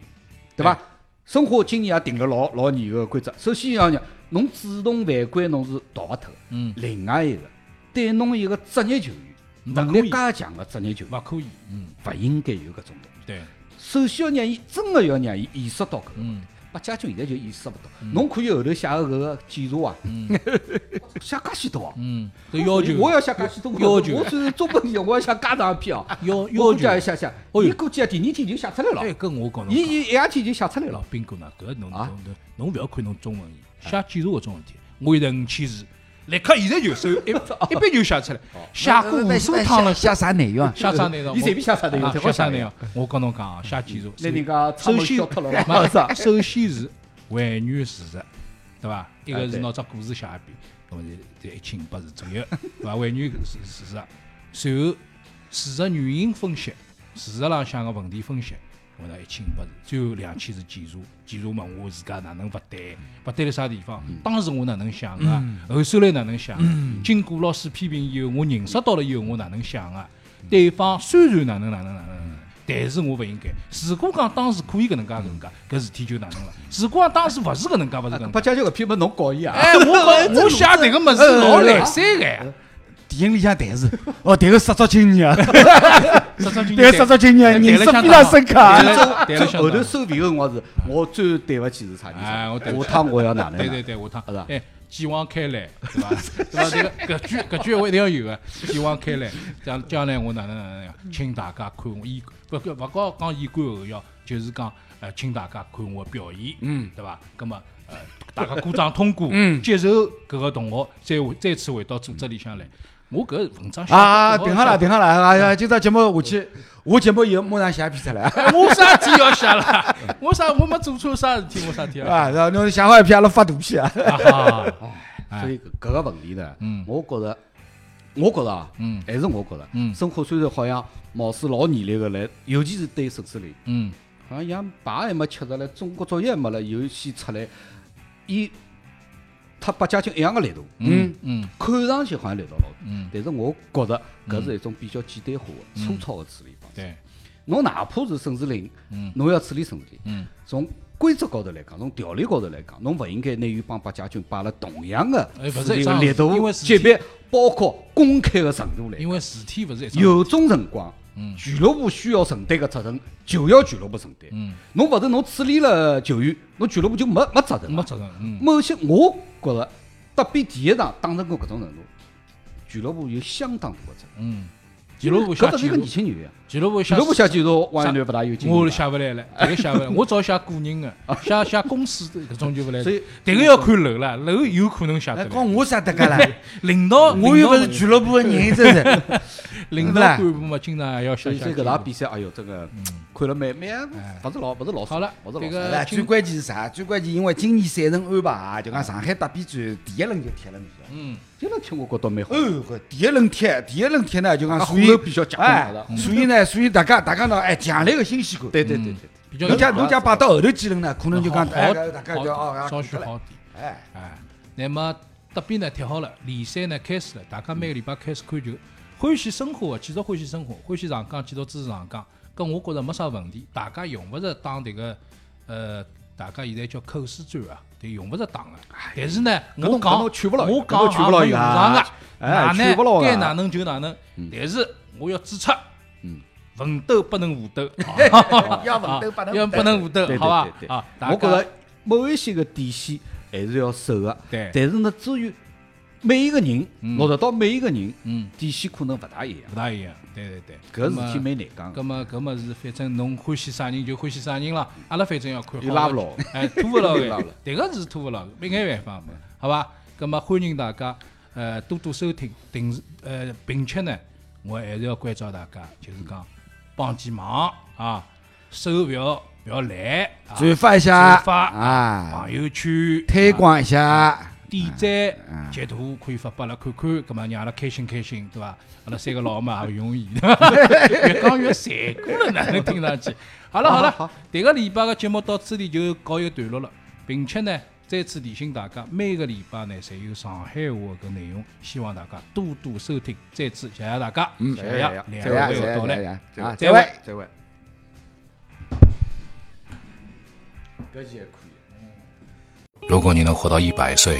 [SPEAKER 6] 对伐？申花今年也定了老老严格个规则，首先要让侬主动犯规，侬是逃勿脱个。
[SPEAKER 5] 嗯
[SPEAKER 6] 另外一个，对侬一个职业球员，能力介强个职业球员，
[SPEAKER 5] 勿可以，嗯，
[SPEAKER 6] 勿应该有搿种动作。
[SPEAKER 5] 对，
[SPEAKER 6] 首先要让伊真个要让伊意识到搿个。
[SPEAKER 5] 嗯
[SPEAKER 6] 八家军现在就意识勿到，侬可以后头写个搿个检查啊， 写介许多啊。
[SPEAKER 5] 嗯，搿要求
[SPEAKER 6] 我要写介许多啊
[SPEAKER 5] 要求
[SPEAKER 6] 我虽然中文系，我要写介长一篇啊。
[SPEAKER 5] 要
[SPEAKER 6] 我
[SPEAKER 5] 要
[SPEAKER 6] 估计
[SPEAKER 5] 求，
[SPEAKER 6] 也
[SPEAKER 5] 哎
[SPEAKER 6] 写写，
[SPEAKER 5] 呦
[SPEAKER 6] 伊估计啊第二天就写出来
[SPEAKER 5] 哎，
[SPEAKER 6] 了，
[SPEAKER 5] 搿我讲侬，
[SPEAKER 6] 伊伊一夜天就写出来
[SPEAKER 5] 老
[SPEAKER 6] 了。
[SPEAKER 5] 兵哥呢，搿侬
[SPEAKER 6] 啊
[SPEAKER 5] 侬侬侬勿要看侬中文写检查搿种事体，我有得五千字，立刻啊现在就手 一一笔就写出来，写过无数趟了，
[SPEAKER 4] 写啥内容啊？
[SPEAKER 5] 写啥内容？
[SPEAKER 6] 伊随便写啥内容
[SPEAKER 5] 啊
[SPEAKER 6] 侪好
[SPEAKER 5] 写啥
[SPEAKER 6] 写
[SPEAKER 5] 内容？我跟侬讲啊，写检查，
[SPEAKER 6] 那人家他
[SPEAKER 5] 首
[SPEAKER 6] 们
[SPEAKER 5] 先
[SPEAKER 6] 笑脱了老
[SPEAKER 5] 没
[SPEAKER 6] 板是吧？
[SPEAKER 5] 首先是还原事实，对伐？一个是
[SPEAKER 6] 哎对
[SPEAKER 5] 拿只故事写一遍，那么就就一千五百字左右， 对伐？还原事事实，随后事实原因分析，事实浪向个问题分析，我讲一千五百字，最后两千字检查，检查嘛，我自家哪能勿对，勿对了啥地方？
[SPEAKER 6] 嗯
[SPEAKER 5] 当时我哪能想个、后首来哪能想个、经过老师批评以后，我认识到了以后，我哪能想个、
[SPEAKER 6] 嗯
[SPEAKER 5] 对方虽然哪能哪能哪能哪能，但是我勿应该。如果讲当时可以搿能介搿能介，搿事体就哪能了。如果讲当时勿是搿能介，勿是搿能
[SPEAKER 6] 八
[SPEAKER 5] 介。
[SPEAKER 6] 家就搿篇么侬搞伊啊？
[SPEAKER 5] 嗯 哎，我勿我写迭个物事老来三个，
[SPEAKER 4] 电影里向谈是，哦，迭个失足青年啊，
[SPEAKER 5] 这张经
[SPEAKER 4] 迭个失足青年人生非常深刻啊。
[SPEAKER 5] 对了，
[SPEAKER 6] 就后头收皮个辰光是，我最对勿起是啥地
[SPEAKER 5] 哎我对
[SPEAKER 6] 方？
[SPEAKER 5] 不
[SPEAKER 6] 下
[SPEAKER 5] 起
[SPEAKER 6] 趟我要哪能？
[SPEAKER 5] 对对对，下趟
[SPEAKER 6] 是吧
[SPEAKER 5] 哎，继往开来，对伐？对伐？这个搿句搿句我一定要有个，继往开来。将将来我哪能哪能样，请大家看我衣不不勿光讲衣冠后要，就是讲呃，请大家看我表演，嗯，对伐？葛么呃，大家鼓掌通过，嗯，接受搿个同学再回再次回到组织里向来。我搿文章写得
[SPEAKER 4] 啊，
[SPEAKER 5] 不好
[SPEAKER 4] 停下来，
[SPEAKER 5] 写得
[SPEAKER 4] 停下来！哎呀，今朝节目下去，我节目以后马上写一篇出来 啊！
[SPEAKER 5] 哎我啥事体要写了？我啥我没做错啥事体，我啥事体要？
[SPEAKER 4] 啊，然后侬写好一篇，阿拉发图片啊！
[SPEAKER 5] 啊哈，
[SPEAKER 6] 所以搿搿个问题呢，
[SPEAKER 5] 哎嗯
[SPEAKER 6] 我觉着，我觉着啊，
[SPEAKER 5] 嗯
[SPEAKER 6] 还是我觉着，
[SPEAKER 5] 嗯
[SPEAKER 6] 生活虽然好像貌似老严厉个来，尤其是对沈世林，
[SPEAKER 5] 嗯
[SPEAKER 6] 好像像牌还没吃着嘞，中国足协也没了，有先出来，伊他八家将一样个力度，
[SPEAKER 5] 嗯嗯
[SPEAKER 6] 看上去好像力道老大，
[SPEAKER 5] 嗯，
[SPEAKER 6] 但是我觉着搿是一种比较简单化的、粗糙的处理方式。
[SPEAKER 5] 对，
[SPEAKER 6] 侬哪怕是沈世林，
[SPEAKER 5] 嗯
[SPEAKER 6] 侬要处理沈世林，
[SPEAKER 5] 嗯。
[SPEAKER 6] 从规则高头来讲，从条例高头来讲，侬勿应该拿伊帮八家军摆了同样的
[SPEAKER 5] 哎勿是
[SPEAKER 6] 势力
[SPEAKER 5] 一
[SPEAKER 6] 个
[SPEAKER 5] 桩
[SPEAKER 6] 力
[SPEAKER 5] 因
[SPEAKER 6] 度、
[SPEAKER 5] 为事
[SPEAKER 6] 级
[SPEAKER 5] 体
[SPEAKER 6] 别，包括公开的程度来
[SPEAKER 5] 因
[SPEAKER 6] 讲。
[SPEAKER 5] 为事体勿是一桩
[SPEAKER 6] 有种辰光
[SPEAKER 5] 嗯，
[SPEAKER 6] 俱乐部需要承担个责任，就要俱乐部承担
[SPEAKER 5] 嗯。
[SPEAKER 6] 侬勿是侬处理了球员，侬俱乐部就没没责任了。
[SPEAKER 5] 没责任，嗯
[SPEAKER 6] 某些我觉着，德比第一场打成过搿种程度，俱乐部有相当大的责任。
[SPEAKER 5] 嗯，俱乐部写
[SPEAKER 6] 搿勿是
[SPEAKER 5] 记
[SPEAKER 6] 一个
[SPEAKER 5] 录
[SPEAKER 6] 年，轻球员，
[SPEAKER 5] 俱乐部
[SPEAKER 6] 俱
[SPEAKER 5] 写
[SPEAKER 6] 乐部写技术，完全勿大有经验
[SPEAKER 5] 我
[SPEAKER 6] 了。啊
[SPEAKER 5] 写勿来了，迭个写勿来，我只好写个人 的，写写公司的搿种就勿来了。
[SPEAKER 6] 所以
[SPEAKER 5] 迭个要看楼了，楼有可能写得
[SPEAKER 4] 哎，
[SPEAKER 5] 来。
[SPEAKER 4] 讲我啥得噶 啦？
[SPEAKER 5] 领导，
[SPEAKER 4] 我
[SPEAKER 5] 领
[SPEAKER 4] 又勿
[SPEAKER 5] 导
[SPEAKER 4] 是俱乐部的人，真 是。
[SPEAKER 5] 领导
[SPEAKER 4] 不啦
[SPEAKER 5] 干部嘛，经常也要
[SPEAKER 6] 所
[SPEAKER 5] 写
[SPEAKER 6] 以
[SPEAKER 5] 写
[SPEAKER 6] 所以
[SPEAKER 5] 记
[SPEAKER 6] 搿场
[SPEAKER 5] 录。
[SPEAKER 6] 比赛，哎哟，真个看了蛮蛮勿是老勿是老
[SPEAKER 5] 好了
[SPEAKER 6] 勿是老
[SPEAKER 5] 这个
[SPEAKER 4] 哎最关键是啥？最关键因为今年赛程安排啊，就讲上海打比战第一轮就踢了面了。
[SPEAKER 5] 嗯，
[SPEAKER 6] 今天听我觉得蛮好
[SPEAKER 4] 哦，，搿第一轮踢，第一轮踢呢，就讲
[SPEAKER 6] 啊
[SPEAKER 4] 所以
[SPEAKER 6] 虎头比较结棍
[SPEAKER 4] 哎
[SPEAKER 6] 了，嗯
[SPEAKER 4] 所以呢，所以大家大家呢，哎，强烈个新鲜感。
[SPEAKER 6] 对对对对，
[SPEAKER 5] 比较
[SPEAKER 4] 侬讲
[SPEAKER 5] 有
[SPEAKER 4] 侬讲摆到后头几轮呢，可能就讲
[SPEAKER 5] 好
[SPEAKER 4] 哎，
[SPEAKER 5] 好
[SPEAKER 4] 大家就哦，
[SPEAKER 5] 好
[SPEAKER 4] 啊
[SPEAKER 5] 稍许。
[SPEAKER 4] 看得来
[SPEAKER 5] 好点。
[SPEAKER 4] 哎，
[SPEAKER 5] 哎，那么德比呢踢好了，联赛呢开始了，大家每个礼拜开始看球，欢喜生活的继续欢喜生活，欢喜上港继续支持上港，搿我觉着没啥问题，大家用勿着当迭个呃。大家现在叫口水战啊，对，用勿着打个。
[SPEAKER 4] 哎
[SPEAKER 5] 但是呢，
[SPEAKER 6] 搿
[SPEAKER 5] 我
[SPEAKER 6] 侬
[SPEAKER 5] 讲，
[SPEAKER 6] 搿侬劝勿牢伊
[SPEAKER 5] 我
[SPEAKER 6] 搿
[SPEAKER 5] 讲
[SPEAKER 6] 侬劝勿牢伊
[SPEAKER 5] 也没用上
[SPEAKER 6] 啊
[SPEAKER 5] 个，
[SPEAKER 6] 哎
[SPEAKER 5] 哪
[SPEAKER 6] 劝勿牢
[SPEAKER 4] 啊
[SPEAKER 5] 能
[SPEAKER 6] 个
[SPEAKER 5] 该哪能就哪能。
[SPEAKER 4] 嗯
[SPEAKER 5] 但是我要指出，
[SPEAKER 6] 嗯，
[SPEAKER 5] 奋斗不能武斗，
[SPEAKER 4] 要奋斗不能
[SPEAKER 5] 要不能武 斗
[SPEAKER 6] 对，对
[SPEAKER 5] 好吧
[SPEAKER 6] 对？对
[SPEAKER 5] 啊，大
[SPEAKER 6] 我觉
[SPEAKER 5] 家
[SPEAKER 6] 着某一些个底线还是要守个，
[SPEAKER 5] 对
[SPEAKER 6] 但是呢，至于每一个人落实到每一个人，
[SPEAKER 5] 嗯，
[SPEAKER 6] 底线可能勿大一样，
[SPEAKER 5] 不大一样，对对对，
[SPEAKER 6] 搿事体
[SPEAKER 5] 没。
[SPEAKER 6] 蛮难讲
[SPEAKER 5] 葛
[SPEAKER 6] 个。
[SPEAKER 5] 么搿么是，反正侬欢喜啥人就欢喜啥人了，阿拉反正要看好的。
[SPEAKER 6] 又拉勿牢
[SPEAKER 5] 哎，拖勿牢
[SPEAKER 6] 又拉勿牢
[SPEAKER 5] 个，迭个是拖勿牢，没眼办法嘛，好伐？葛么欢迎大家，呃，多多收听，定时呃，并且呢，我还是要关照大家，就是讲帮记忙啊，手勿要勿要懒，啊
[SPEAKER 4] 转发一下，
[SPEAKER 5] 转发
[SPEAKER 4] 啊，
[SPEAKER 5] 朋友圈
[SPEAKER 4] 推
[SPEAKER 5] 啊
[SPEAKER 4] 广一下。
[SPEAKER 5] 点赞、截图可以发拨阿拉看看，咁啊么让阿拉开心开心，对伐？阿拉三个老嘛也勿容易，越讲越残酷了，哪能啊听上去？好了好了，迭个礼拜个节目到此地就告一段落了，并且呢，再次提醒大家，每个礼拜呢侪有上海话搿内容，希望大家多多收听。再次谢谢大家，嗯谢谢两
[SPEAKER 6] 谢
[SPEAKER 4] 谢谢
[SPEAKER 5] 位
[SPEAKER 4] 谢
[SPEAKER 5] 的到
[SPEAKER 6] 哎
[SPEAKER 4] 谢谢
[SPEAKER 5] 来。
[SPEAKER 4] 谢啊，
[SPEAKER 5] 再
[SPEAKER 4] 再
[SPEAKER 5] 会
[SPEAKER 4] 会。
[SPEAKER 6] 再会，搿期还可以。
[SPEAKER 1] 如果你能活到一百岁，